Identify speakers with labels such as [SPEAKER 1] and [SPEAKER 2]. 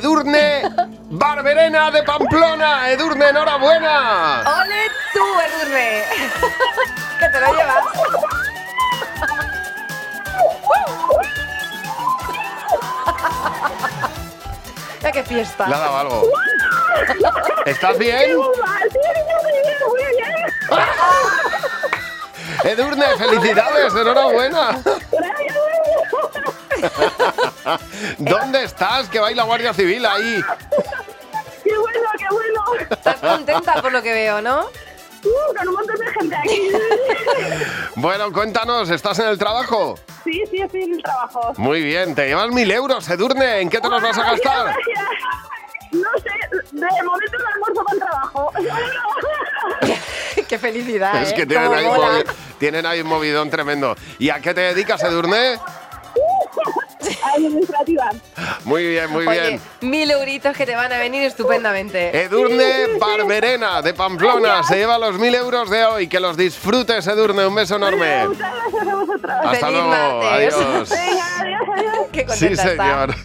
[SPEAKER 1] Edurne Barberena de Pamplona. Edurne, enhorabuena.
[SPEAKER 2] ¡Ole tú, Edurne! que te lo llevas. ya qué fiesta.
[SPEAKER 1] Le ha dado algo. ¿Estás bien? Edurne, felicidades, enhorabuena. ¿Dónde estás? Que va ahí la Guardia Civil ahí.
[SPEAKER 3] ¡Qué bueno, qué bueno!
[SPEAKER 2] Estás contenta por lo que veo, ¿no?
[SPEAKER 3] Uh, con un montón de gente aquí.
[SPEAKER 1] Bueno, cuéntanos, ¿estás en el trabajo?
[SPEAKER 3] Sí, sí, estoy en el trabajo.
[SPEAKER 1] Muy bien, te llevas mil euros, Edurne. ¿En qué te los vas a gastar?
[SPEAKER 3] Gracias. No sé, de momento no almuerzo con trabajo.
[SPEAKER 2] ¡Qué felicidad!
[SPEAKER 1] Es
[SPEAKER 2] ¿eh?
[SPEAKER 1] que tienen
[SPEAKER 2] Cómo
[SPEAKER 1] ahí, un
[SPEAKER 2] mola.
[SPEAKER 1] movi- tienen ahí un movidón tremendo. ¿Y a qué te dedicas, Edurne?
[SPEAKER 3] Administrativa.
[SPEAKER 1] Muy bien, muy
[SPEAKER 2] Oye,
[SPEAKER 1] bien. Eh,
[SPEAKER 2] mil euritos que te van a venir estupendamente.
[SPEAKER 1] Edurne Barberena de Pamplona se lleva los mil euros de hoy. Que los disfrutes, Edurne. Un beso enorme.
[SPEAKER 3] Muchas gracias a vosotros.
[SPEAKER 1] Hasta
[SPEAKER 2] Feliz
[SPEAKER 1] luego.
[SPEAKER 2] martes.
[SPEAKER 1] Adiós.
[SPEAKER 3] Venga, adiós, adiós.
[SPEAKER 2] Qué
[SPEAKER 1] Sí,
[SPEAKER 2] contenta está.
[SPEAKER 1] señor.